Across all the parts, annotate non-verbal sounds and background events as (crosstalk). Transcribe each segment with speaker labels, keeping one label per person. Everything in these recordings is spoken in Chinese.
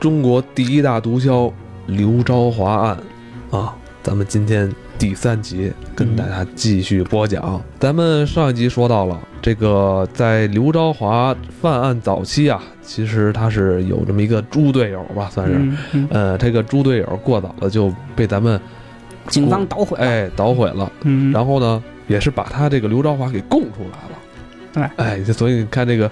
Speaker 1: 中国第一大毒枭刘昭华案啊，咱们今天第三集跟大家继续播讲。咱们上一集说到了这个，在刘昭华犯案早期啊，其实他是有这么一个猪队友吧，算是。
Speaker 2: 嗯嗯，
Speaker 1: 呃，这个猪队友过早的就被咱们
Speaker 2: 警方捣毁了，
Speaker 1: 哎捣毁了，
Speaker 2: 嗯，
Speaker 1: 然后呢，也是把他这个刘昭华给供出来了。
Speaker 2: 对
Speaker 1: 哎，这所以你看这个，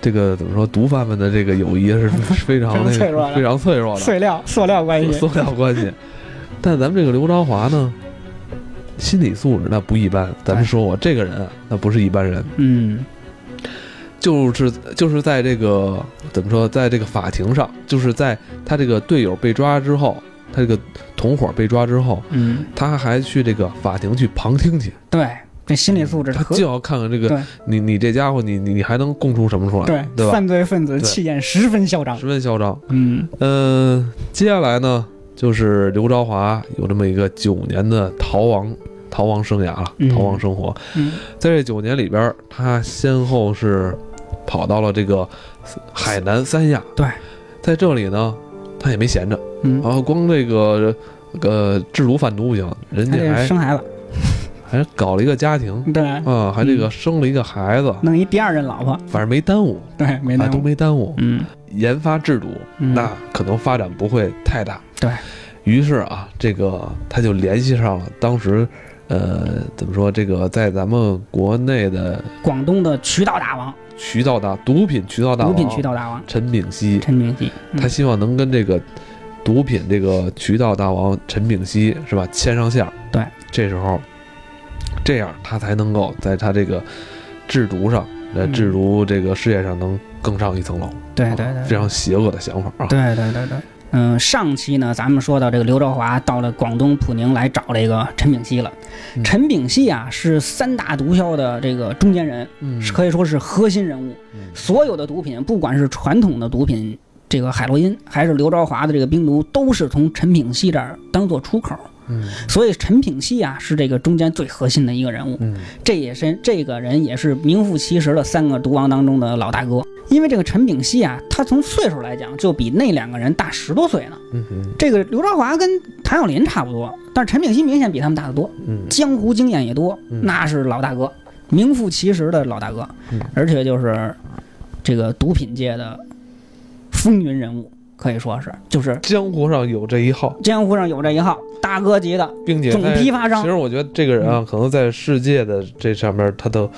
Speaker 1: 这个怎么说，毒贩们的这个友谊
Speaker 2: (laughs)
Speaker 1: 是是非常那
Speaker 2: 非常脆弱
Speaker 1: 个
Speaker 2: 的
Speaker 1: 非常脆弱的
Speaker 2: 塑料塑料关系，
Speaker 1: 塑料关系。但咱们这个刘昭华呢，心理素质那不一般。咱们
Speaker 2: 对
Speaker 1: 说我这个人啊，那不是一般人，
Speaker 2: 嗯
Speaker 1: 就是就是在这个怎么说，在这个法庭上，就是在他这个队友被抓之后，他这个同伙被抓之后，
Speaker 2: 嗯，
Speaker 1: 他还去这个法庭去旁听去，
Speaker 2: 对，这心理素
Speaker 1: 嗯
Speaker 2: 质
Speaker 1: 他
Speaker 2: 和
Speaker 1: 就要看看这
Speaker 2: 对
Speaker 1: 个你你这家伙你你你还能供出什么出来，
Speaker 2: 对
Speaker 1: 对吧？
Speaker 2: 犯罪分子
Speaker 1: 对
Speaker 2: 气焰十分嚣张，
Speaker 1: 十分嚣张。
Speaker 2: 嗯
Speaker 1: 嗯、接下来呢，就是刘昭华有这么一个九年的逃亡逃亡生涯了，
Speaker 2: 嗯
Speaker 1: 逃亡生活。
Speaker 2: 嗯，
Speaker 1: 在这九年里边，他先后是跑到了这个海南三亚，
Speaker 2: 对，
Speaker 1: 在这里呢，他也没闲着，
Speaker 2: 嗯，
Speaker 1: 然后光这个呃制毒贩毒不行，人
Speaker 2: 他
Speaker 1: 家
Speaker 2: 这
Speaker 1: 还
Speaker 2: 生孩子，
Speaker 1: 还搞了一个家庭。
Speaker 2: 对，
Speaker 1: 啊，还
Speaker 2: 嗯
Speaker 1: 这个生了一个孩子，
Speaker 2: 弄一第二任老婆，
Speaker 1: 反正没耽误，
Speaker 2: 对，没
Speaker 1: 啊
Speaker 2: 弄
Speaker 1: 都没耽误。
Speaker 2: 嗯，
Speaker 1: 研发制毒，
Speaker 2: 嗯
Speaker 1: 那可能发展不会太大。
Speaker 2: 对
Speaker 1: 于是啊，这个他就联系上了当时，呃，怎么说这个在咱们国内的
Speaker 2: 广东的渠道大王，
Speaker 1: 渠道大毒品渠道大
Speaker 2: 毒
Speaker 1: 王
Speaker 2: 品渠道大王
Speaker 1: 陈炳熙，
Speaker 2: 陈明基，嗯
Speaker 1: 他希望能跟这个毒品这个渠道大王陈炳熙是吧牵上线儿。
Speaker 2: 对，
Speaker 1: 这时候这样他才能够在他这个制毒上，在
Speaker 2: 嗯
Speaker 1: 制毒这个事业上能更上一层楼。
Speaker 2: 对对对，
Speaker 1: 非常邪恶的想法啊。
Speaker 2: 对对对对，嗯，上期呢，咱们说到这个刘兆华到了广东普宁来找这个陈炳熙了。
Speaker 1: 嗯
Speaker 2: 陈炳熙啊，是三大毒枭的这个中间人，
Speaker 1: 嗯
Speaker 2: 是可以说是核心人物。
Speaker 1: 嗯
Speaker 2: 所有的毒品，不管是传统的毒品，这个海洛因，还是刘兆华的这个冰毒，都是从陈炳熙这儿当做出口。
Speaker 1: 嗯
Speaker 2: 所以陈炳熙啊，是这个中间最核心的一个人物。
Speaker 1: 嗯
Speaker 2: 这也是这个人也是名副其实的三个毒王当中的老大哥。因为这个陈炳熙啊，他从岁数来讲就比那两个人大十多岁呢。
Speaker 1: 嗯嗯
Speaker 2: 这个刘兆华跟谭咏麟差不多，但是陈炳熙明显比他们大得多，
Speaker 1: 嗯
Speaker 2: 江湖经验也多，
Speaker 1: 嗯
Speaker 2: 那是老大哥，名副其实的老大哥
Speaker 1: 嗯，
Speaker 2: 而且就是这个毒品界的风云人物，可以说是就是
Speaker 1: 江湖上有这一号，
Speaker 2: 江湖上有这一号大哥级的
Speaker 1: 并且
Speaker 2: 总
Speaker 1: 在
Speaker 2: 批发商嗯
Speaker 1: 其实我觉得这个人啊，可能在世界的这上面，他都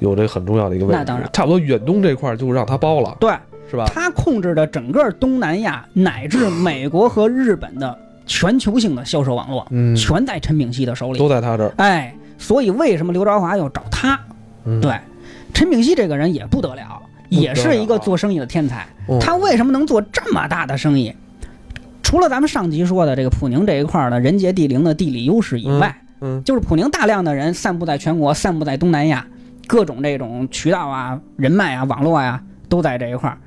Speaker 1: 有这很重要的一个位置。
Speaker 2: 那当然，
Speaker 1: 差不多远东这块儿就让他包了，
Speaker 2: 对。
Speaker 1: 是吧？
Speaker 2: 他控制着整个东南亚乃至美国和日本的全球性的销售网络，
Speaker 1: 嗯，
Speaker 2: 全在陈炳熙的手里。
Speaker 1: 都在他这儿。
Speaker 2: 哎，所以为什么刘朝华要找他？
Speaker 1: 嗯，
Speaker 2: 对，陈炳熙这个人也不得了，
Speaker 1: 不得了
Speaker 2: 也是一个做生意的天才。
Speaker 1: 嗯
Speaker 2: 他为什么能做这么大的生意？除了咱们上集说的这个普宁这一块儿的人杰地灵的地理优势以外，
Speaker 1: 嗯
Speaker 2: 就是普宁大量的人散布在全国，散布在东南亚，各种这种渠道啊、人脉啊、网络呀、都在这一块儿。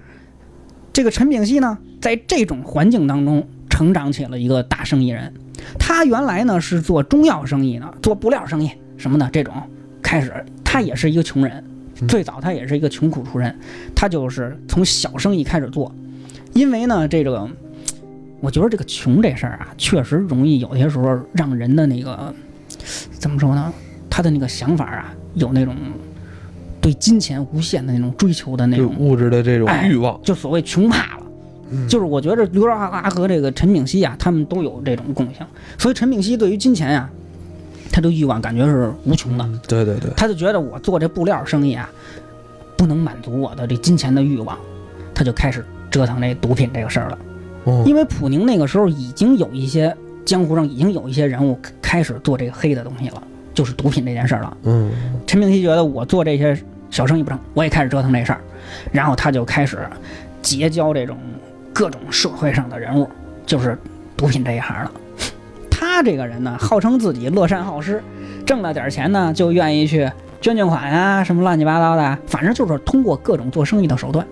Speaker 2: 这个陈炳熙呢，在这种环境当中成长起了一个大生意人。他原来呢是做中药生意呢，做布料生意什么的这种。开始他也是一个穷人，
Speaker 1: 嗯
Speaker 2: 最早他也是一个穷苦出身，他就是从小生意开始做。因为呢，这个我觉得这个穷这事儿啊，确实容易有些时候让人的那个怎么说呢？他的那个想法啊，有那种对金钱无限的那种追求的那哎
Speaker 1: 就是
Speaker 2: 种，
Speaker 1: 物质的这种欲望，
Speaker 2: 就所谓穷怕了。
Speaker 1: 嗯
Speaker 2: 就是我觉得刘德华和这个陈炳熙啊，他们都有这种共性，所以陈炳熙对于金钱啊，他的欲望感觉是无穷的。
Speaker 1: 嗯对对对，
Speaker 2: 他就觉得我做这布料生意啊，不能满足我的这金钱的欲望，他就开始折腾这毒品这个事儿了。
Speaker 1: 嗯
Speaker 2: 因为普宁那个时候已经有一些江湖上已经有一些人物开始做这个黑的东西了，就是毒品这件事儿了。
Speaker 1: 嗯
Speaker 2: 陈明熙觉得我做这些小生意不成，我也开始折腾这事儿，然后他就开始结交这种各种社会上的人物，就是毒品这一行了。 (laughs) 他这个人呢，号称自己乐善好施，挣了点钱呢，就愿意去捐捐款啊，什么乱七八糟的啊，反正就是通过各种做生意的手段。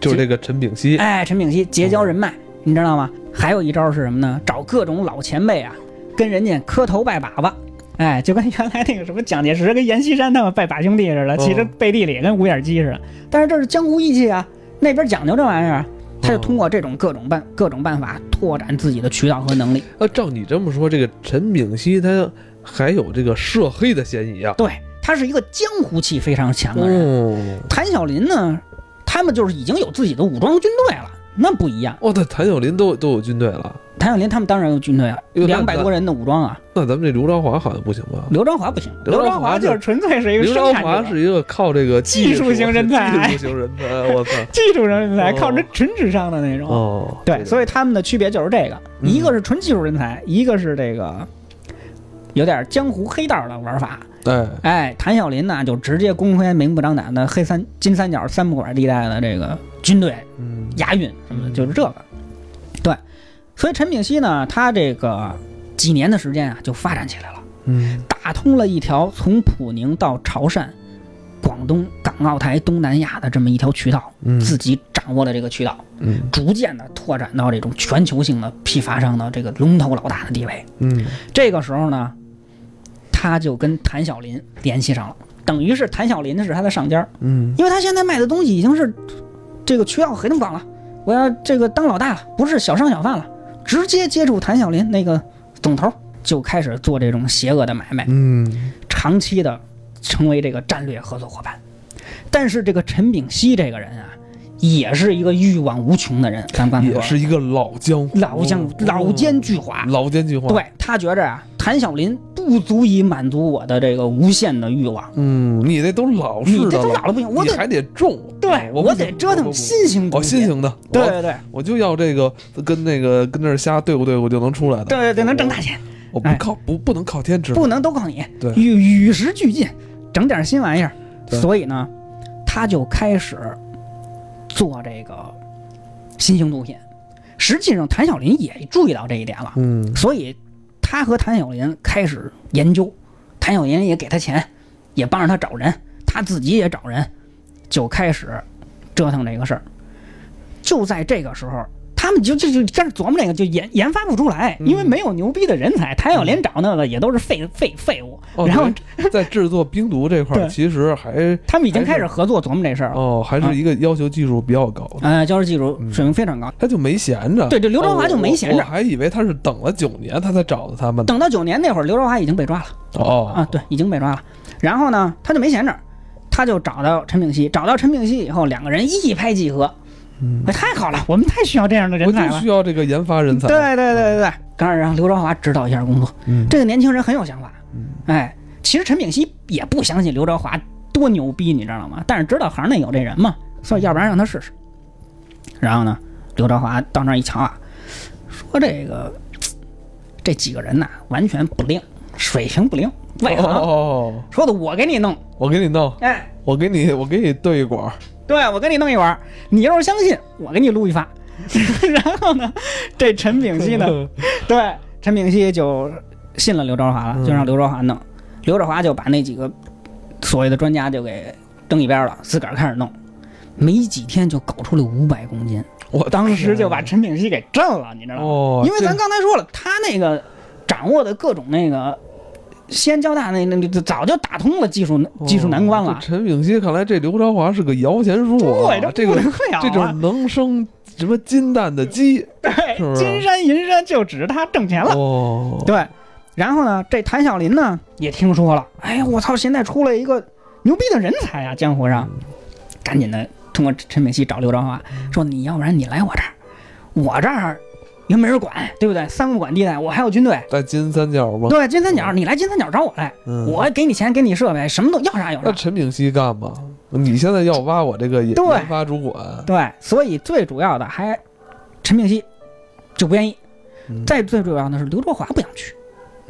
Speaker 1: 就是这个陈炳熙，
Speaker 2: 哎，陈炳熙结
Speaker 1: 嗯
Speaker 2: 交人脉，你知道吗？还有一招是什么呢？找各种老前辈啊，跟人家磕头拜把子。哎，就跟原来那个什么蒋介石跟阎锡山他们拜把兄弟似的，
Speaker 1: 哦
Speaker 2: 其实背地里跟五眼鸡似的。但是这是江湖义气啊，那边讲究这玩意儿。
Speaker 1: 哦
Speaker 2: 他就通过这种各种办各种办法拓展自己的渠道和能力。
Speaker 1: 那啊照你这么说，这个陈炳熙他还有这个涉黑的嫌疑啊？
Speaker 2: 对他是一个江湖气非常强的人。
Speaker 1: 哦，
Speaker 2: 谭小林呢，他们就是已经有自己的武装军队了，那不一样。
Speaker 1: 哦，那谭晓林都都有军队了，
Speaker 2: 谭小林他们当然有军队了，
Speaker 1: 有
Speaker 2: 两
Speaker 1: 那
Speaker 2: 百多人的武装啊。
Speaker 1: 那咱们这刘朝华好像不行吧？
Speaker 2: 刘章华不行，
Speaker 1: 刘
Speaker 2: 刘
Speaker 1: 章华
Speaker 2: 章华就是纯粹是一个
Speaker 1: 刘朝
Speaker 2: 生产
Speaker 1: 华
Speaker 2: 者，
Speaker 1: 是一个靠这个
Speaker 2: 技术型人才
Speaker 1: 技术型人才，哎我操！
Speaker 2: 技术人才，
Speaker 1: 哦
Speaker 2: 靠着纯智商的那种。
Speaker 1: (laughs) 哦，
Speaker 2: 对，所
Speaker 1: 以
Speaker 2: 以他们的区别就是这个，
Speaker 1: 嗯
Speaker 2: 一个是纯技术人才，一个是这个有点江湖黑道的玩法。
Speaker 1: 哎，
Speaker 2: 哎，谭晓林呢就直接公开明目张胆的黑三金三角三不管地带的这个军队
Speaker 1: 嗯，
Speaker 2: 押运什么的，
Speaker 1: 嗯
Speaker 2: 就是这个。对，所以陈炳熙呢，他这个几年的时间啊就发展起来了，
Speaker 1: 嗯，
Speaker 2: 打通了一条从普宁到潮汕、广东、港澳台、东南亚的这么一条渠道，
Speaker 1: 嗯
Speaker 2: 自己掌握了这个渠道。
Speaker 1: 嗯
Speaker 2: 逐渐的拓展到这种全球性的批发商的这个龙头老大的地位。
Speaker 1: 嗯，
Speaker 2: 这个时候呢，他就跟谭晓林联系上了，等于是谭晓林是他的上家，
Speaker 1: 嗯，
Speaker 2: 因为他现在卖的东西已经是这个渠道很广了，我要这个当老大了，不是小商小贩了，直接接触谭晓林那个总头，就开始做这种邪恶的买卖，
Speaker 1: 嗯，
Speaker 2: 长期的成为这个战略合作伙伴。但是这个陈炳熙这个人啊，也是一个欲望无穷的人，咱们刚才说
Speaker 1: 也
Speaker 2: 了
Speaker 1: 是一个老江湖，嗯
Speaker 2: 老将老奸巨猾。
Speaker 1: 老奸巨猾，，
Speaker 2: 对他觉着啊，谭晓林不足以满足我的这个无限的欲望，
Speaker 1: 嗯，你这都老
Speaker 2: 你
Speaker 1: 式
Speaker 2: 这
Speaker 1: 的
Speaker 2: 都老
Speaker 1: 了，
Speaker 2: 了不行，我
Speaker 1: 你
Speaker 2: 得
Speaker 1: 还得重，
Speaker 2: 对
Speaker 1: 我
Speaker 2: 我得折腾新型
Speaker 1: 我
Speaker 2: 东
Speaker 1: 新
Speaker 2: 西。
Speaker 1: 型的，
Speaker 2: 对
Speaker 1: 我
Speaker 2: 对对
Speaker 1: 我就要这个跟那个跟那儿瞎对付对付就能出来的，
Speaker 2: 对对对，能挣大钱，
Speaker 1: 我，我不靠不不能靠天吃，
Speaker 2: 不能都靠你
Speaker 1: 对，
Speaker 2: 与与时俱进，整点新玩意儿。
Speaker 1: 对
Speaker 2: 所以呢，他就开始做这个新型毒品。实际上，谭晓林也注意到这一点了，
Speaker 1: 嗯
Speaker 2: 所以他和谭晓林开始研究，谭晓林也给他钱，也帮着他找人，他自己也找人，就开始折腾这个事儿。就在这个时候，他们就就就开始琢磨这个，就研研发不出来，
Speaker 1: 嗯
Speaker 2: 因为没有牛逼的人才。谭晓林找那个也都是废废废物，
Speaker 1: 哦
Speaker 2: 然后
Speaker 1: 在制作冰毒这块
Speaker 2: 对
Speaker 1: 儿，其实还
Speaker 2: 他们已经开始合作琢磨这事儿了。
Speaker 1: 哎哦还
Speaker 2: 啊
Speaker 1: 是一个要求技术比较高的。
Speaker 2: 呃，交易技术水平非常高。
Speaker 1: 他就没闲着，
Speaker 2: 对这刘德华
Speaker 1: 哦
Speaker 2: 就没闲着
Speaker 1: 我我还以为他是等了九年他才找的他们呢。
Speaker 2: 等到九年那会儿，刘德华已经被抓了。
Speaker 1: 哦
Speaker 2: 啊，，对，已经被抓了。然后呢，他就没闲着，他就找到陈炳熙，找到陈炳熙以后，两个人一拍即合，
Speaker 1: 嗯
Speaker 2: 哎，太好了，我们太需要这样的人
Speaker 1: 我
Speaker 2: 才
Speaker 1: 就
Speaker 2: 了。
Speaker 1: 需要这个研发人才。
Speaker 2: 对对对对对，刚才让刘朝华指导一下工作，
Speaker 1: 嗯，
Speaker 2: 这个年轻人很有想法
Speaker 1: 嗯。
Speaker 2: 哎，其实陈炳熙也不相信刘朝华多牛逼，你知道吗？但是知道行内有这人嘛，所以要不然让他试试。然后呢，刘朝华到那儿一瞧啊，说这个这几个人呐、完全不灵，水平不灵，外
Speaker 1: 哦
Speaker 2: 行。
Speaker 1: 哦，
Speaker 2: 说的我给你弄，
Speaker 1: 我给你弄，
Speaker 2: 哎，
Speaker 1: 我给你， (laughs) 我给你兑一管儿。
Speaker 2: 对我跟你弄一玩儿，你要是相信，我给你撸一发。 (laughs) 然后呢，这陈炳熙呢，
Speaker 1: (laughs)
Speaker 2: 对陈炳熙就信了刘朝华了，就
Speaker 1: 嗯
Speaker 2: 让刘朝华弄，刘朝华就把那几个所谓的专家就给蹬一边儿了，自个儿开始弄，没几天就搞出了五百公斤，
Speaker 1: 我啊
Speaker 2: 当时就把陈炳熙给震了，你知道吗？
Speaker 1: 哦，
Speaker 2: 因为咱
Speaker 1: 这
Speaker 2: 刚才说了，他那个掌握的各种那个。西安交大那那那早就打通了技术技术难关
Speaker 1: 哦
Speaker 2: 了
Speaker 1: 这，陈炳熙看来这刘朝华是个摇钱树啊
Speaker 2: 对，
Speaker 1: 这
Speaker 2: 不
Speaker 1: 个
Speaker 2: 得了啊
Speaker 1: 这种能生什么金蛋的鸡
Speaker 2: (laughs) 对，
Speaker 1: 是不是
Speaker 2: 金山银山就指着他挣钱了。
Speaker 1: 哦，
Speaker 2: 对，然后呢，这谭晓林呢也听说了，哎呀，我操，现在出来一个牛逼的人才啊，江湖上，赶紧的通过陈美熙找刘朝华说，你要不然你来我这儿，我这儿也没人管，对不对？三不管地带，我还有军队。
Speaker 1: 在金三角吗？
Speaker 2: 对，金三角，你来金三角找我来，
Speaker 1: 嗯
Speaker 2: 我给你钱，给你设备，什么都要啥有
Speaker 1: 那
Speaker 2: 啥。
Speaker 1: 陈炳熙干嘛？你现在要挖我这个研
Speaker 2: 对
Speaker 1: 研发主管，
Speaker 2: 对，所以最主要的还陈炳熙就不愿意，
Speaker 1: 嗯
Speaker 2: 再最主要的是刘卓华不想去。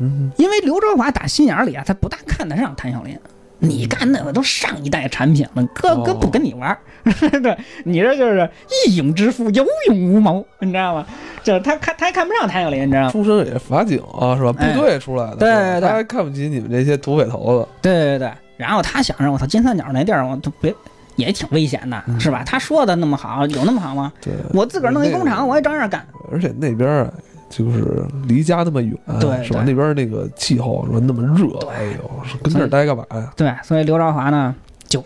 Speaker 1: 嗯，
Speaker 2: 因为刘德华打心眼儿里啊，他不大看得上谭晓林。你干那个都上一代产品了，哥
Speaker 1: 哦
Speaker 2: 哥不跟你玩儿， (laughs) 对你这就是一影之夫，有勇无谋，你知道吗？就是他看他还看不上谭晓林，你知道吗？
Speaker 1: 出身也是法警啊，是吧？部
Speaker 2: 哎
Speaker 1: 队出来的，
Speaker 2: 对
Speaker 1: 是吧
Speaker 2: 对
Speaker 1: 他还看不起你们这些土匪头子，
Speaker 2: 对对对。然后他想着，我操，金三角那地儿，我都别也挺危险
Speaker 1: 嗯
Speaker 2: 的，是吧？他说的那么好，有那么好吗？
Speaker 1: 对，
Speaker 2: 我自个儿弄一工
Speaker 1: 那
Speaker 2: 厂，我也照样干。
Speaker 1: 而且那边儿啊，就是离家那么远，
Speaker 2: 对
Speaker 1: 是吧？
Speaker 2: 对
Speaker 1: 那边儿那个气候是吧？那么热，
Speaker 2: 对
Speaker 1: 哎呦，是跟那儿待干嘛呀？
Speaker 2: 对，所以刘朝华呢就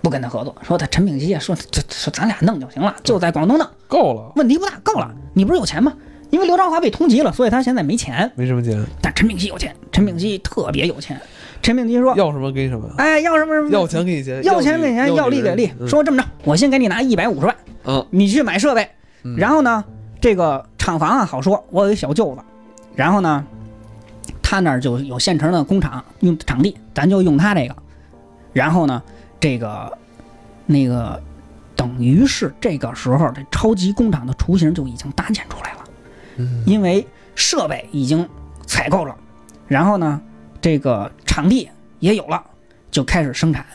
Speaker 2: 不跟他合作，说他陈炳基啊，说这说咱俩弄就行了，就在广东弄，
Speaker 1: 够了，
Speaker 2: 问题不大，够了。你不是有钱吗？因为刘朝华被通缉了，所以他现在没钱，
Speaker 1: 没什么钱，
Speaker 2: 但陈炳基有钱，陈炳基特别有钱。陈炳基说
Speaker 1: 要什么给什么：“，
Speaker 2: 哎，要什么什么，
Speaker 1: 要钱给你钱，
Speaker 2: 要钱给钱，要
Speaker 1: 力
Speaker 2: 利给利。
Speaker 1: 嗯
Speaker 2: 说这么着，我先给你拿一百五十万，
Speaker 1: 嗯，
Speaker 2: 你去买设备，
Speaker 1: 嗯
Speaker 2: 然后呢，这个厂房啊好说，我有一小舅子，然后呢，他那儿就有现成的工厂用场地，咱就用他这个。然后呢，这个那个，等于是这个时候这超级工厂的雏形就已经搭建出来了，
Speaker 1: 嗯
Speaker 2: 因为设备已经采购了，然后呢，这个场地也有了，就开始生产。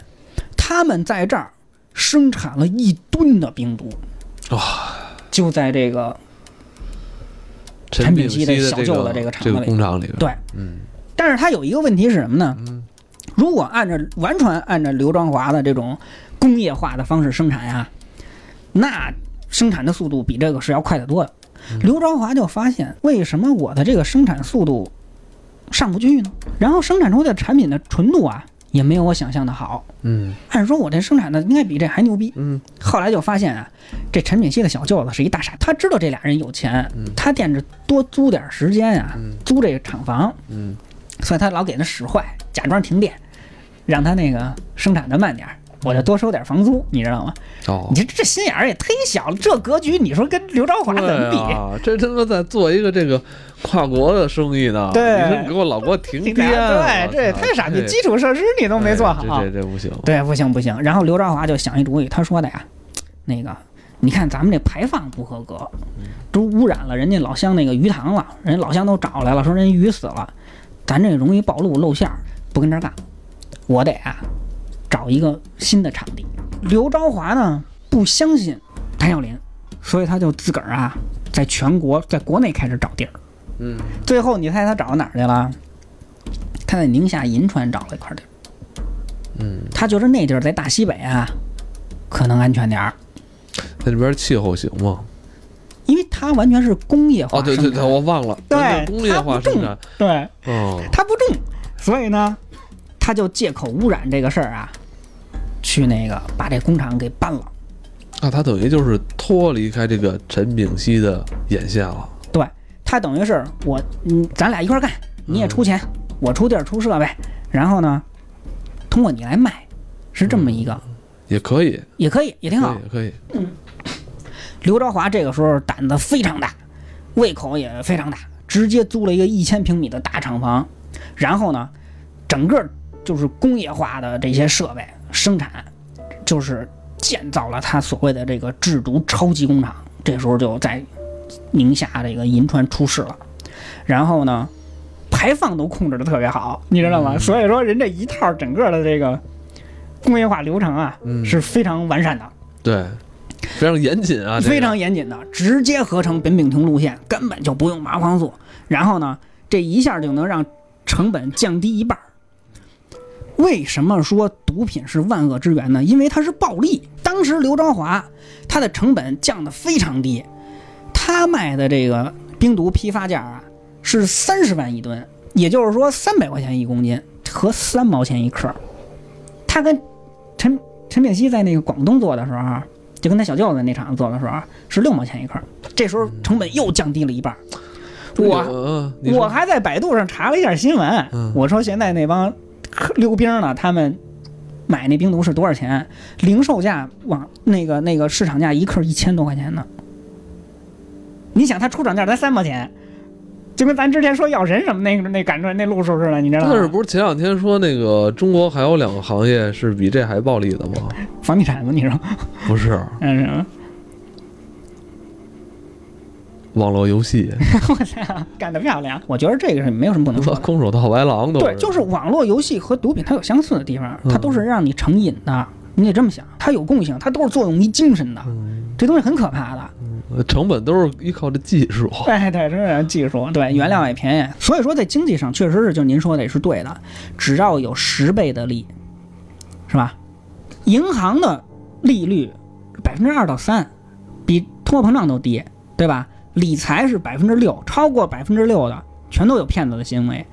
Speaker 2: 他们在这儿生产了一吨的冰毒，
Speaker 1: 哇，
Speaker 2: 就在这个
Speaker 1: 陈
Speaker 2: 陈
Speaker 1: 炳
Speaker 2: 炳基
Speaker 1: 的
Speaker 2: 的小
Speaker 1: 这
Speaker 2: 舅
Speaker 1: 个
Speaker 2: 的这个厂
Speaker 1: 这
Speaker 2: 子
Speaker 1: 个
Speaker 2: 里
Speaker 1: 工厂里边，
Speaker 2: 对，
Speaker 1: 嗯
Speaker 2: 但是它有一个问题是什么呢？
Speaker 1: 嗯
Speaker 2: 如果按照完全按照刘章华的这种工业化的方式生产呀，那生产的速度比这个是要快得多的。
Speaker 1: 嗯
Speaker 2: 刘章华就发现，为什么我的这个生产速度上不去呢？然后生产出的产品的纯度啊，也没有我想象的好。
Speaker 1: 嗯
Speaker 2: 按说我这生产的应该比这还牛逼。
Speaker 1: 嗯，
Speaker 2: 后来就发现啊，这陈炳熙的小舅子是一大傻，他知道这俩人有钱，
Speaker 1: 嗯
Speaker 2: 他惦着多租点时间啊，租这个厂房，
Speaker 1: 嗯
Speaker 2: 所以他老给他使坏，假装停电，让他那个生产的慢点儿，我就多收点房租，你知道吗？
Speaker 1: 哦
Speaker 2: 你。这这心眼儿也忒小了，这格局你说跟刘朝华怎么比？
Speaker 1: 对啊，这他妈在做一个这个跨国的生意呢。
Speaker 2: 对
Speaker 1: 你说你给我老给我停
Speaker 2: 挺
Speaker 1: 电了，
Speaker 2: 难对，这也
Speaker 1: 啊我操
Speaker 2: 太傻逼，
Speaker 1: 这
Speaker 2: 基础设施你都没做好。
Speaker 1: 这这这不行。
Speaker 2: 对，不行不行。然后刘朝华就想一主意，他说的呀，那个你看咱们这排放不合格，都污染了人家老乡那个鱼塘了，人家老乡都找来了，说人鱼死了，咱这容易暴露露馅儿，不跟这儿干，我得啊找一个新的场地。刘朝华呢不相信谭耀林，所以他就自个儿啊在全国在国内开始找地儿。
Speaker 1: 嗯，
Speaker 2: 最后你猜他找到哪儿去了？他在宁夏银川找了一块地儿。
Speaker 1: 嗯，
Speaker 2: 他觉得那地儿在大西北啊，可能安全点儿，
Speaker 1: 那里边气候行吗？
Speaker 2: 因为它完全是工业化
Speaker 1: 哦，对对
Speaker 2: 生
Speaker 1: 对，
Speaker 2: 产
Speaker 1: 我忘了，
Speaker 2: 对
Speaker 1: 咱这工业化生产，
Speaker 2: 对，
Speaker 1: 嗯，
Speaker 2: 它不种，所以呢，他就借口污染这个事儿啊，去那个把这工厂给搬了。
Speaker 1: 那他等于就是脱离开这个陈炳熙的眼线了。
Speaker 2: 对，他等于是我，嗯，咱俩一块儿干，你也出钱，
Speaker 1: 嗯
Speaker 2: 我出地儿出设备，然后呢，通过你来卖，是这么
Speaker 1: 嗯
Speaker 2: 一个，
Speaker 1: 也可以，
Speaker 2: 也可以，也挺好
Speaker 1: 可以，。可以，
Speaker 2: 刘朝华这个时候胆子非常大，胃口也非常大，直接租了一个一千平米的大厂房，然后呢，整个就是工业化的这些设备生产，就是建造了他所谓的这个制毒超级工厂。这时候就在宁夏这个银川出事了，然后呢，排放都控制的特别好，你知道吗？所以说人这一套整个的这个工业化流程啊，
Speaker 1: 嗯
Speaker 2: 是非常完善的。
Speaker 1: 对，非常严谨啊，这个
Speaker 2: 非常严谨的，直接合成苯丙酮路线，根本就不用麻黄素。然后呢，这一下就能让成本降低一半儿。为什么说毒品是万恶之源呢？因为它是暴利。当时刘朝华他的成本降得非常低，他卖的这个冰毒批发价啊是三十万一吨，也就是说三百块钱一公斤和三毛钱一克儿。他跟陈陈炳熙在那个广东做的时候啊，就跟他小舅子那厂子做的时候啊，是六毛钱一克儿，这时候成本又降低了一半儿。我
Speaker 1: 嗯，你说
Speaker 2: 我还在百度上查了一下新闻，
Speaker 1: 嗯
Speaker 2: 我说现在那帮客溜冰呢，他们买那冰毒是多少钱？零售价往那个那个市场价一克一千多块钱呢。你想，他出厂价才三毛钱，就跟咱之前说药神什么那个那赶出来那路数似的，你知道
Speaker 1: 但是
Speaker 2: 吗？
Speaker 1: 不是前两天说那个中国还有两个行业是比这还暴利的吗？
Speaker 2: 房地产吗？
Speaker 1: (laughs)
Speaker 2: 你说，
Speaker 1: 不是，
Speaker 2: 嗯，是吗
Speaker 1: 网络游戏，
Speaker 2: 我操， (laughs) 干得漂亮！我觉得这个是没有什么
Speaker 1: (laughs)
Speaker 2: 不能说的。
Speaker 1: 空手套白狼都
Speaker 2: 对，就是网络游戏和毒品它有相似的地方，它
Speaker 1: 嗯
Speaker 2: 都是让你成瘾的。你得这么想，它有共性，它都是作用于精神的，这东西很可怕的。
Speaker 1: 呃成本都是依靠这技术。
Speaker 2: 哎，对，这是技术，对，原料也便宜，所以说在经济上确实是，就您说的也是对的，只要有十倍的利，是吧？银行的利率百分之二到三，比通货膨胀都低，对吧？理财是百分之六，超过百分之六的全都有骗子的行为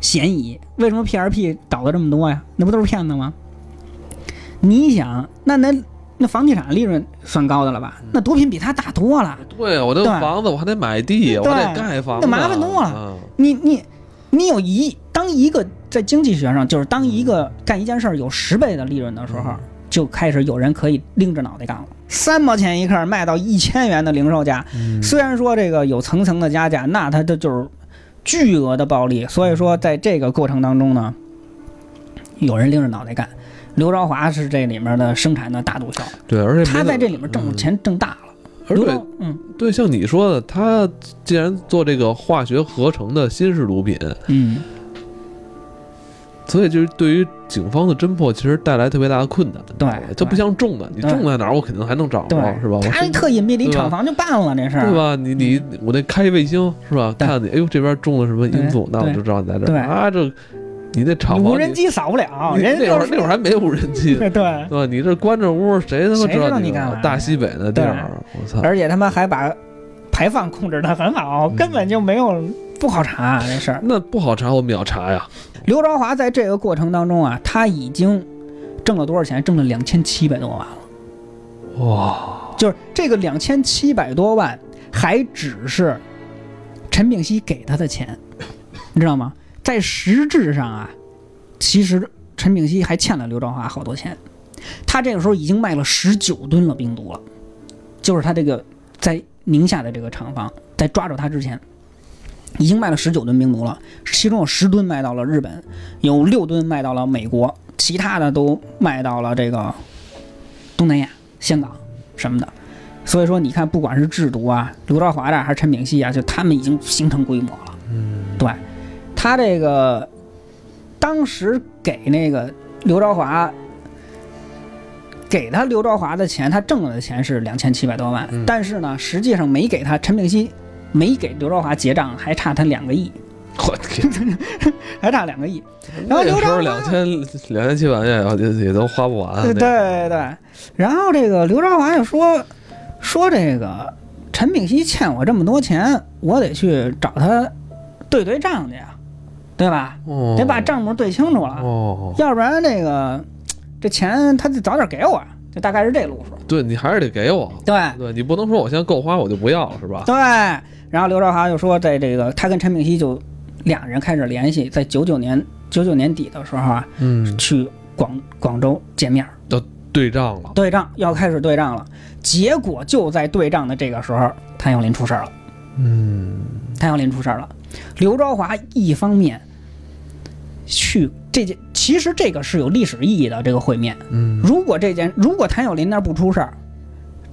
Speaker 2: 嫌疑。为什么 PRP 倒的这么多呀？那不都是骗子吗？你想，那那那房地产利润算高的了吧？那毒品比它大多了。
Speaker 1: (laughs) 对啊，我这
Speaker 2: 对
Speaker 1: 房子我还得买地，
Speaker 2: 对
Speaker 1: 我还得盖房子，
Speaker 2: 那麻烦多了
Speaker 1: 嗯
Speaker 2: 你你你有一当一个在经济学上，就是当一个干一件事儿有十倍的利润的时候
Speaker 1: 嗯，
Speaker 2: 就开始有人可以拎着脑袋干了。三毛钱一克卖到一千元的零售价，
Speaker 1: 嗯
Speaker 2: 虽然说这个有层层的加价，那它这就是巨额的暴利。所以
Speaker 1: 嗯
Speaker 2: 说，在这个过程当中呢，有人拎着脑袋干。刘朝华是这里面的生产的大毒枭，
Speaker 1: 对，而且没
Speaker 2: 他
Speaker 1: 怎
Speaker 2: 在这里面挣
Speaker 1: 嗯
Speaker 2: 钱挣大了。
Speaker 1: 而
Speaker 2: 刘
Speaker 1: 对
Speaker 2: 朝，嗯
Speaker 1: 对，像你说的，他既然做这个化学合成的新式毒品，
Speaker 2: 嗯，
Speaker 1: 所以就是对于警方的侦破其实带来特别大的困难。
Speaker 2: 对
Speaker 1: 它不像重的，你
Speaker 2: 对
Speaker 1: 重在哪儿我肯定还能找
Speaker 2: 对
Speaker 1: 哦着，是吧？我
Speaker 2: 他
Speaker 1: 身
Speaker 2: 特隐蔽的一
Speaker 1: 对吧
Speaker 2: 厂房就办了这事儿，
Speaker 1: 对吧？你你我那开卫星是吧？
Speaker 2: 对
Speaker 1: 看你，哎呦这边中了什么因素
Speaker 2: 对，
Speaker 1: 那我就知道你在这
Speaker 2: 对
Speaker 1: 儿啊。这你那厂
Speaker 2: 你
Speaker 1: 房
Speaker 2: 无人
Speaker 1: 你
Speaker 2: 机扫不了，
Speaker 1: 你
Speaker 2: 哦人
Speaker 1: 那
Speaker 2: 就
Speaker 1: 会儿
Speaker 2: 是
Speaker 1: 那会儿还没有无人机，
Speaker 2: (laughs) 对对，
Speaker 1: 对吧？你这关着屋，谁他妈
Speaker 2: 谁知道
Speaker 1: 道
Speaker 2: 你干嘛
Speaker 1: 啊
Speaker 2: 呀
Speaker 1: 大西北那地儿，啊我操！
Speaker 2: 而且他们还把排放控制的很好，
Speaker 1: 嗯
Speaker 2: 根本就没有不好查这事儿。
Speaker 1: 那不好查，我们要查呀。
Speaker 2: 刘朝华在这个过程当中啊，他已经挣了多少钱？挣了两千七百多万了。
Speaker 1: 哇，
Speaker 2: 就是这个两千七百多万，还只是陈炳熙给他的钱，你知道吗？在实质上啊，其实陈炳熙还欠了刘兆华好多钱。他这个时候已经卖了十九吨了冰毒了，就是他这个在宁夏的这个厂房，在抓住他之前，已经卖了十九吨冰毒了，其中有十吨卖到了日本，有六吨卖到了美国，其他的都卖到了这个东南亚、香港什么的。所以说，你看，不管是制毒啊、刘兆华这儿还是陈炳熙啊，就他们已经形成规模了。
Speaker 1: 嗯，
Speaker 2: 对他这个当时给那个刘兆华，给他刘兆华的钱，他挣了的钱是两千七百多万，
Speaker 1: 嗯
Speaker 2: 但是呢，实际上没给他陈炳熙。没给刘兆华结账，还差他两个亿，
Speaker 1: 我天，
Speaker 2: 还差两个亿。 (laughs) 然后
Speaker 1: 那
Speaker 2: 刘
Speaker 1: 时
Speaker 2: 兆
Speaker 1: 候
Speaker 2: 华
Speaker 1: 两千两千七百万也也都花不完。啊那
Speaker 2: 对
Speaker 1: 个
Speaker 2: 对对，然后这个刘朝华就说说这个陈炳熙欠我这么多钱，我得去找他对对账去呀，对吧？
Speaker 1: 哦
Speaker 2: 得把账啊目对清楚了，
Speaker 1: 哦，
Speaker 2: 要不然这个这钱他得早点给我呀，就大概是这路数。
Speaker 1: 对你还是得给我。
Speaker 2: 对
Speaker 1: 对你不能说我现在够花我就不要了是吧？
Speaker 2: 对，然后刘朝华就说，在这个他跟陈炳熙就俩人开始联系，在九九年九九年底的时候啊，
Speaker 1: 嗯，
Speaker 2: 去广广州见面。
Speaker 1: 对账了。
Speaker 2: 对账要开始对账了，结果就在对账的这个时候，谭咏麟出事儿了。
Speaker 1: 嗯，
Speaker 2: 谭咏麟出事儿了，刘朝华一方面去这件，其实这个是有历史意义的这个会面。
Speaker 1: 嗯
Speaker 2: 如果这件，如果谭咏麟那儿不出事儿，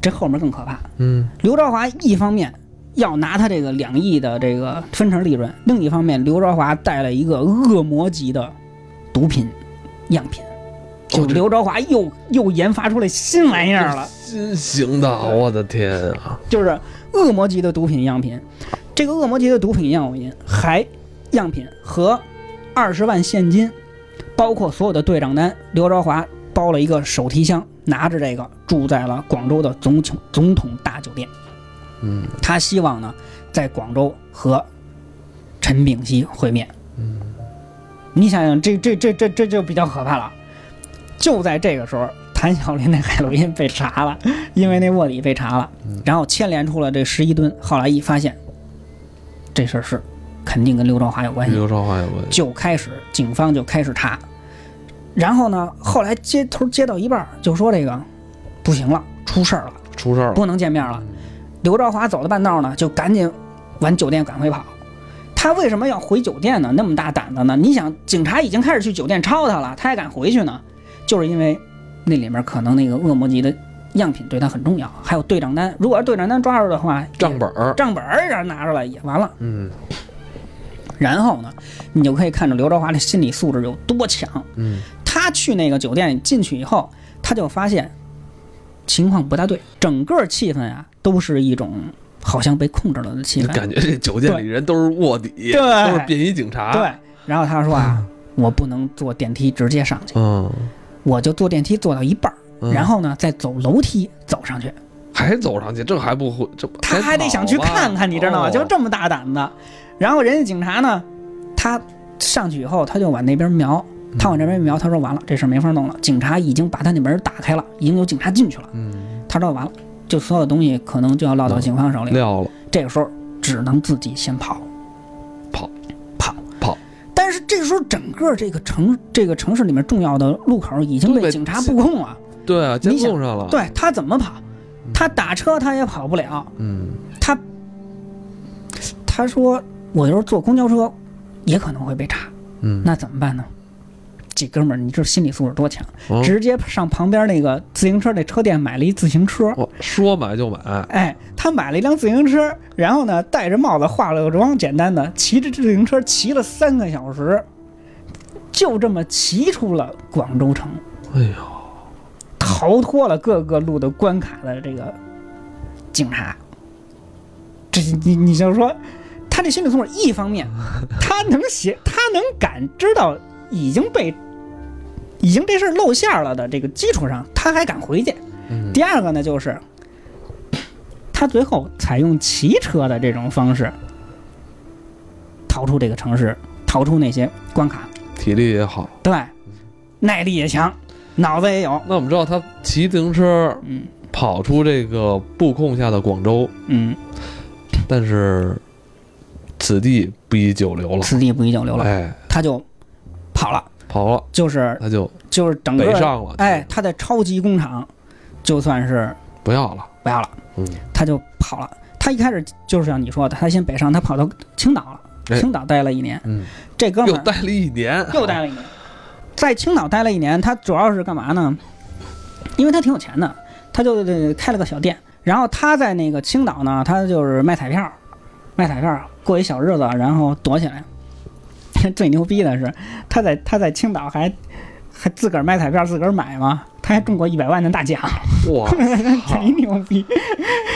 Speaker 2: 这后面更可怕。
Speaker 1: 嗯
Speaker 2: 刘朝华一方面要拿他这个两亿的这个分成利润，另一方面，刘朝华带了一个恶魔级的毒品样品，就
Speaker 1: 哦这
Speaker 2: 刘朝华又又研发出来新玩意儿了。
Speaker 1: 新型的，我的天啊！
Speaker 2: 就是恶魔级的毒品样品。这个恶魔级的毒品样品还样品和二十万现金，包括所有的对账单，刘朝华包了一个手提箱，拿着这个住在了广州的总统总统大酒店。
Speaker 1: 嗯，
Speaker 2: 他希望呢，在广州和陈炳熙会面。嗯，你想想，这这这这这就比较可怕了。就在这个时候，谭小林那海洛因被查了， (laughs) 因为那卧底被查了，然后牵连出了这十一吨。后来一发现，这事儿是肯定跟刘兆华有关系，
Speaker 1: 刘少华有问题。
Speaker 2: 就开始警方就开始查。然后呢，后来接头接到一半儿就说这个不行了，出事儿了。
Speaker 1: 出事儿了。
Speaker 2: 不能见面了。刘兆华走了半道呢，就赶紧往酒店赶回跑。他为什么要回酒店呢？那么大胆子呢？你想，警察已经开始去酒店抄他了，他还敢回去呢？就是因为那里面可能那个恶魔级的样品对他很重要，还有对账单。如果要是对账单抓住的话，
Speaker 1: 账本儿。
Speaker 2: 账本儿让拿出来也完了。
Speaker 1: 嗯
Speaker 2: 然后呢，你就可以看出刘朝华的心理素质有多强。
Speaker 1: 嗯
Speaker 2: 他去那个酒店进去以后，他就发现情况不大对，整个气氛啊都是一种好像被控制了的气
Speaker 1: 你
Speaker 2: 氛。
Speaker 1: 感觉这酒店里人都是卧底，
Speaker 2: 对
Speaker 1: 都是便衣警察。
Speaker 2: 对，，然后他说啊，我不能坐电梯直接上去，
Speaker 1: 嗯，
Speaker 2: 我就坐电梯坐到一半儿，
Speaker 1: 嗯
Speaker 2: 然后呢再走楼梯走上去。
Speaker 1: 还走上去，这还不会，这
Speaker 2: 他还得想去看看，你知道吗？就
Speaker 1: 这
Speaker 2: 这么大胆子。然后人家警察呢，他上去以后，他就往那边瞄，他往这边一瞄，他说完了，这事儿没法弄了，警察已经把他那门打开了，已经有警察进去了。
Speaker 1: 嗯，
Speaker 2: 他知道完了，就所有东西可能就要落到警方手里。
Speaker 1: 撂了，
Speaker 2: 这个时候只能自己先跑，
Speaker 1: 跑，
Speaker 2: 跑，
Speaker 1: 跑。
Speaker 2: 但是这时候整个这个城这个城市里面重要的路口已经
Speaker 1: 都
Speaker 2: 被
Speaker 1: 被
Speaker 2: 警察布控了，
Speaker 1: 对啊，监
Speaker 2: 你想
Speaker 1: 控上了，，
Speaker 2: 对他怎么跑？他打车他也跑不了，
Speaker 1: 嗯
Speaker 2: 他他说我就是坐公交车也可能会被查，
Speaker 1: 嗯，
Speaker 2: 那怎么办呢？这哥们儿，你这心理素质多强，
Speaker 1: 嗯
Speaker 2: 直接上旁边那个自行车那车店买了一自行车。
Speaker 1: 我说买就买，
Speaker 2: 哎，他买了一辆自行车，然后呢，戴着帽子，化了个妆，简单的骑着自行车骑了三个小时，就这么骑出了广州城，
Speaker 1: 哎呀，
Speaker 2: 逃脱了各个路的关卡的这个警察。这你你就说，他这心理素质，一方面他能写，他能感知到已经被已经这事儿露馅儿了的这个基础上，他还敢回去。
Speaker 1: 嗯
Speaker 2: 第二个呢，就是他最后采用骑车的这种方式逃出这个城市，逃出那些关卡，
Speaker 1: 体力也好。
Speaker 2: 对，耐力也强，脑子也有，
Speaker 1: 那我们知道他骑自行车
Speaker 2: 嗯
Speaker 1: 跑出这个布控下的广州，
Speaker 2: 嗯，
Speaker 1: 但是此地不宜久留了，
Speaker 2: 此地不宜久留了，
Speaker 1: 哎，
Speaker 2: 他就跑了，
Speaker 1: 跑了，
Speaker 2: 就是
Speaker 1: 他就
Speaker 2: 就是整
Speaker 1: 北
Speaker 2: 个，
Speaker 1: 上了，
Speaker 2: 哎，，他在超级工厂就算是
Speaker 1: 不要了，
Speaker 2: 不要了，
Speaker 1: 嗯，
Speaker 2: 他就跑了。他一开始就是像你说的，他先北上，他跑到青岛了，
Speaker 1: 哎
Speaker 2: 青岛待了一年。
Speaker 1: 嗯，
Speaker 2: 这哥们
Speaker 1: 又
Speaker 2: 儿
Speaker 1: 待了一
Speaker 2: (laughs)
Speaker 1: 年，
Speaker 2: 又待了一年，哦在青岛待了一年，他主要是干嘛呢？因为他挺有钱的，他就呃开了个小店，然后他在那个青岛呢，他就是卖彩票，卖彩票过一小日子，然后躲起来。 (laughs) 最牛逼的是，他在他在青岛还还自个儿卖彩票，自个儿买嘛，他还中过一百万的大奖，
Speaker 1: 哇操
Speaker 2: (laughs) 贼，牛逼！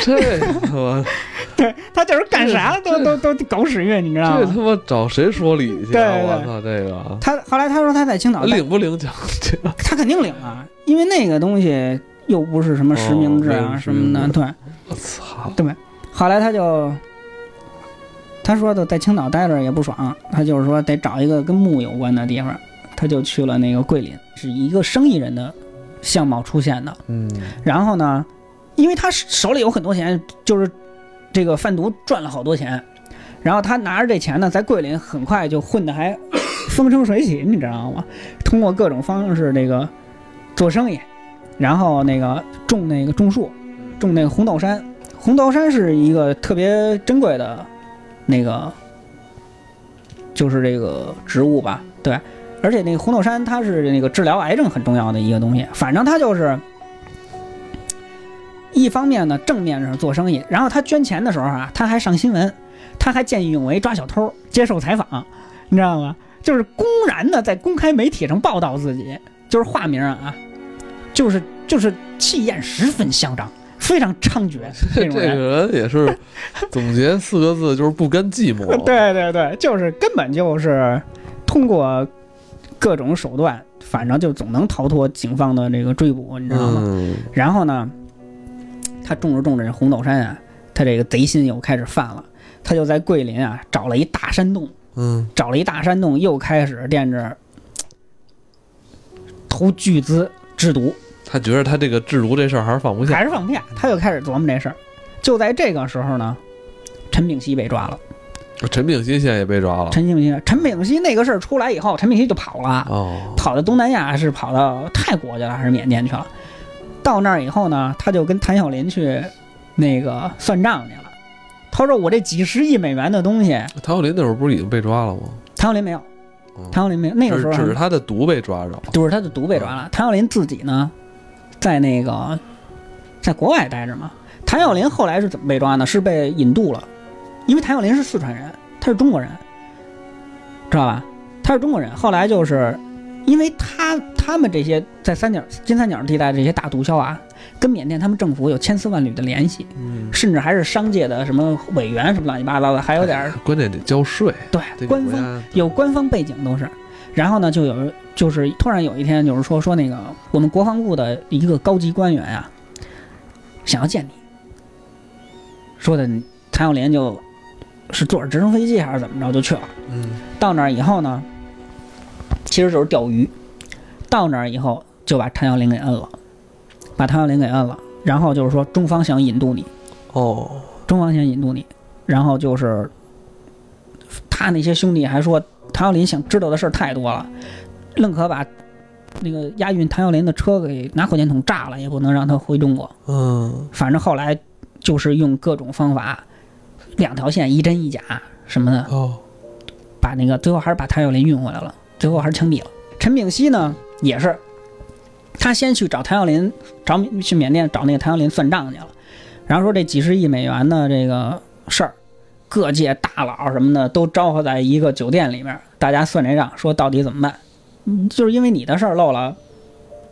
Speaker 1: 这他
Speaker 2: (laughs)
Speaker 1: 妈
Speaker 2: 对他就是干啥都都都狗屎运，你知道
Speaker 1: 这
Speaker 2: 吗
Speaker 1: 他？妈找谁说理去
Speaker 2: 对
Speaker 1: 啊？
Speaker 2: 对
Speaker 1: 我操，这个
Speaker 2: 他后来他说他在青岛待
Speaker 1: 领不领奖 (laughs) 去？
Speaker 2: 他肯定领啊，因为那个东西又不是什么实名制
Speaker 1: 哦
Speaker 2: 啊、
Speaker 1: 对
Speaker 2: 什么的。
Speaker 1: 实名
Speaker 2: 对，
Speaker 1: 我操，
Speaker 2: 后来他就他说的在青岛待着也不爽，他就是说得找一个跟木有关的地方，他就去了那个桂林，是一个生意人的相貌出现的。
Speaker 1: 嗯，
Speaker 2: 然后呢，因为他手里有很多钱，就是这个贩毒赚了好多钱，然后他拿着这钱呢，在桂林很快就混得还风生水起，你知道吗？通过各种方式这个做生意，然后那个种那个种树，种那个红豆杉，红豆杉是一个特别珍贵的那个就是这个植物吧，对。而且那个红豆杉，它是那个治疗癌症很重要的一个东西。反正它就是，一方面呢，正面上做生意，然后他捐钱的时候啊，他还上新闻，他还见义勇为抓小偷，接受采访，你知道吗？就是公然的在公开媒体上报道自己，就是化名啊，就是就是气焰十分嚣张，非常猖獗这
Speaker 1: (laughs) 这
Speaker 2: 种
Speaker 1: 个
Speaker 2: 人。
Speaker 1: 人也
Speaker 2: (laughs)
Speaker 1: 是总结四个字，就是不甘寂寞。
Speaker 2: 对对对，就是根本就是通过各种手段，反正就总能逃脱警方的这个追捕，你知道吗？
Speaker 1: 嗯，
Speaker 2: 然后呢，他种着种着这红豆杉啊，他这个贼心又开始犯了。他就在桂林啊找了一大山洞，
Speaker 1: 嗯
Speaker 2: 找了一大山洞，又开始惦着投巨资制毒，
Speaker 1: 他觉得他这个制毒这事儿还是放不下，
Speaker 2: 还是放不下，他又开始琢磨这事儿。就在这个时候呢，陈炳熙被抓了。
Speaker 1: 陈炳新现在也被抓了。
Speaker 2: 陈炳熙，陈炳熙那个事儿出来以后，陈炳熙就跑了。
Speaker 1: 哦，
Speaker 2: 跑到东南亚是跑到泰国去了还是缅甸去了？到那儿以后呢，他就跟谭晓林去那个算账去了。他说：“我这几十亿美元的东西，
Speaker 1: 谭咏麟那会儿不是已经被抓了吗？
Speaker 2: 谭晓林没有，
Speaker 1: 嗯
Speaker 2: 谭晓林没有。那个时候
Speaker 1: 只
Speaker 2: 还
Speaker 1: 只是他的毒被抓着。
Speaker 2: 就是他的毒被抓了。谭晓林自己呢，在那个在国外待着嘛。谭晓林后来是怎么被抓呢？是被引渡了，因为谭晓林是四川人，他是中国人，知道吧？他是中国人。后来就是因为他他们这些在三角金三角地带这些大毒枭啊，跟缅甸他们政府有千丝万缕的联系，
Speaker 1: 嗯，
Speaker 2: 甚至还是商界的什么委员什么乱七八糟的，还有点儿
Speaker 1: 关键得交税，这
Speaker 2: (laughs)
Speaker 1: 个
Speaker 2: 对官
Speaker 1: 国
Speaker 2: 方
Speaker 1: 家
Speaker 2: 有官方背景都是。然后呢，就有就是突然有一天，有人说说那个我们国防部的一个高级官员啊，想要见你，说的谭咏麟就是坐着直升飞机还是怎么着就去了。
Speaker 1: 嗯
Speaker 2: 到那儿以后呢，其实就是钓鱼。到那儿以后就把谭耀林给摁了，把谭耀林给摁了，然后就是说中方想引渡你，
Speaker 1: 哦，
Speaker 2: 中方想引渡你，然后就是他那些兄弟还说谭耀林想知道的事儿太多了，愣可把那个押运谭耀林的车给拿火箭筒炸了，也不能让他回中国。
Speaker 1: 嗯，
Speaker 2: 反正后来就是用各种方法，两条线一真一假什么的，
Speaker 1: 哦，
Speaker 2: 把那个最后还是把谭耀林运回来了，最后还是枪毙了。陈炳熙呢也是，他先去找谭耀林，找去缅甸找那个谭耀林算账去了，然后说这几十亿美元的这个事儿，各界大佬什么的都招呼在一个酒店里面，大家算这账，说到底怎么办？嗯就是因为你的事儿漏了。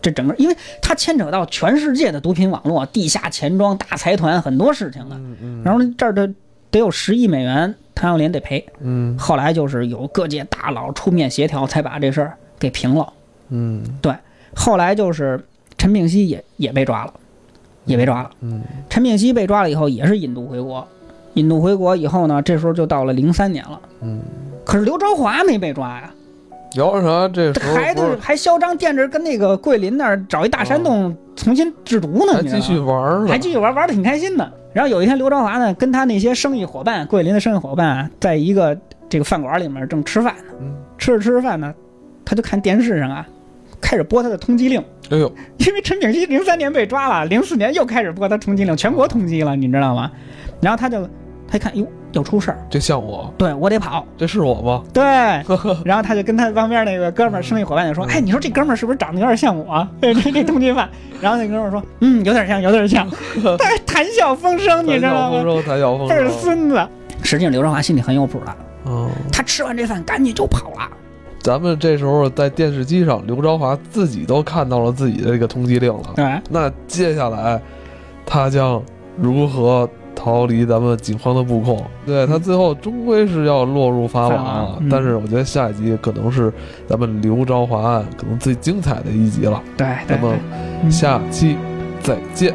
Speaker 2: 这整个，因为它牵扯到全世界的毒品网络、地下钱庄、大财团很多事情的，啊
Speaker 1: 嗯嗯
Speaker 2: 然后这儿的得有十亿美元，谭耀林得赔。
Speaker 1: 嗯
Speaker 2: 后来就是有各界大佬出面协调，才把这事儿给平了。
Speaker 1: 嗯
Speaker 2: 后来就是陈炳熙也也被抓了，也被抓了。
Speaker 1: 嗯，
Speaker 2: 陈炳熙被抓了以后，也是引渡回国。引渡回国以后呢，这时候就到了零三年了。
Speaker 1: 嗯，
Speaker 2: 可是刘朝华没被抓呀，
Speaker 1: 聊啥？这时
Speaker 2: 这
Speaker 1: 候
Speaker 2: 还
Speaker 1: 不
Speaker 2: 得
Speaker 1: 是啊
Speaker 2: 还嚣张惦着跟那个桂林那儿找一大山洞重新制毒呢，
Speaker 1: 还
Speaker 2: 你知道
Speaker 1: 继
Speaker 2: 吗
Speaker 1: 续玩儿呢？
Speaker 2: 啊还继续玩，玩的挺开心的。然后有一天，刘朝华呢跟他那些生意伙伴，桂林的生意伙伴啊，在一个这个饭馆里面正吃饭呢，
Speaker 1: 嗯，
Speaker 2: 吃着吃着饭呢，他就看电视上啊，开始播他的通缉令，
Speaker 1: 哎呦，
Speaker 2: 因为陈炳熙零三年被抓了，零四年又开始播他通缉令，全国通缉了，你知道吗？然后他就他一看，哟，要出事儿，
Speaker 1: 这像我，
Speaker 2: 对我得跑，
Speaker 1: 这是我吗？
Speaker 2: (laughs) 对，然后他就跟他旁边那个哥们儿生意伙伴就说：“哎，你说这哥们儿是不是长得有点像我？ (laughs) 这这这通缉犯。”然后那哥们儿说：“嗯，有点像，有点像。” (laughs) 他还谈笑嗯风生，你知道
Speaker 1: 风
Speaker 2: 吗？
Speaker 1: 筝，谭笑风
Speaker 2: 倍儿
Speaker 1: 筝。
Speaker 2: 孙子。实际上，刘振华心里很有谱的，
Speaker 1: 嗯，
Speaker 2: 他吃完这饭赶紧就跑了。
Speaker 1: 咱们这时候在电视机上，刘朝华自己都看到了自己的这个通缉令了。
Speaker 2: 对，
Speaker 1: 那接下来，他将如何逃离咱们警方的布控？对他最后终归是要落入法网
Speaker 2: 法
Speaker 1: 啊
Speaker 2: 嗯网嗯！
Speaker 1: 但是我觉得下一集可能是咱们刘朝华案可能最精彩的一集了。
Speaker 2: 对，对，
Speaker 1: 咱们
Speaker 2: 对
Speaker 1: 下期再见。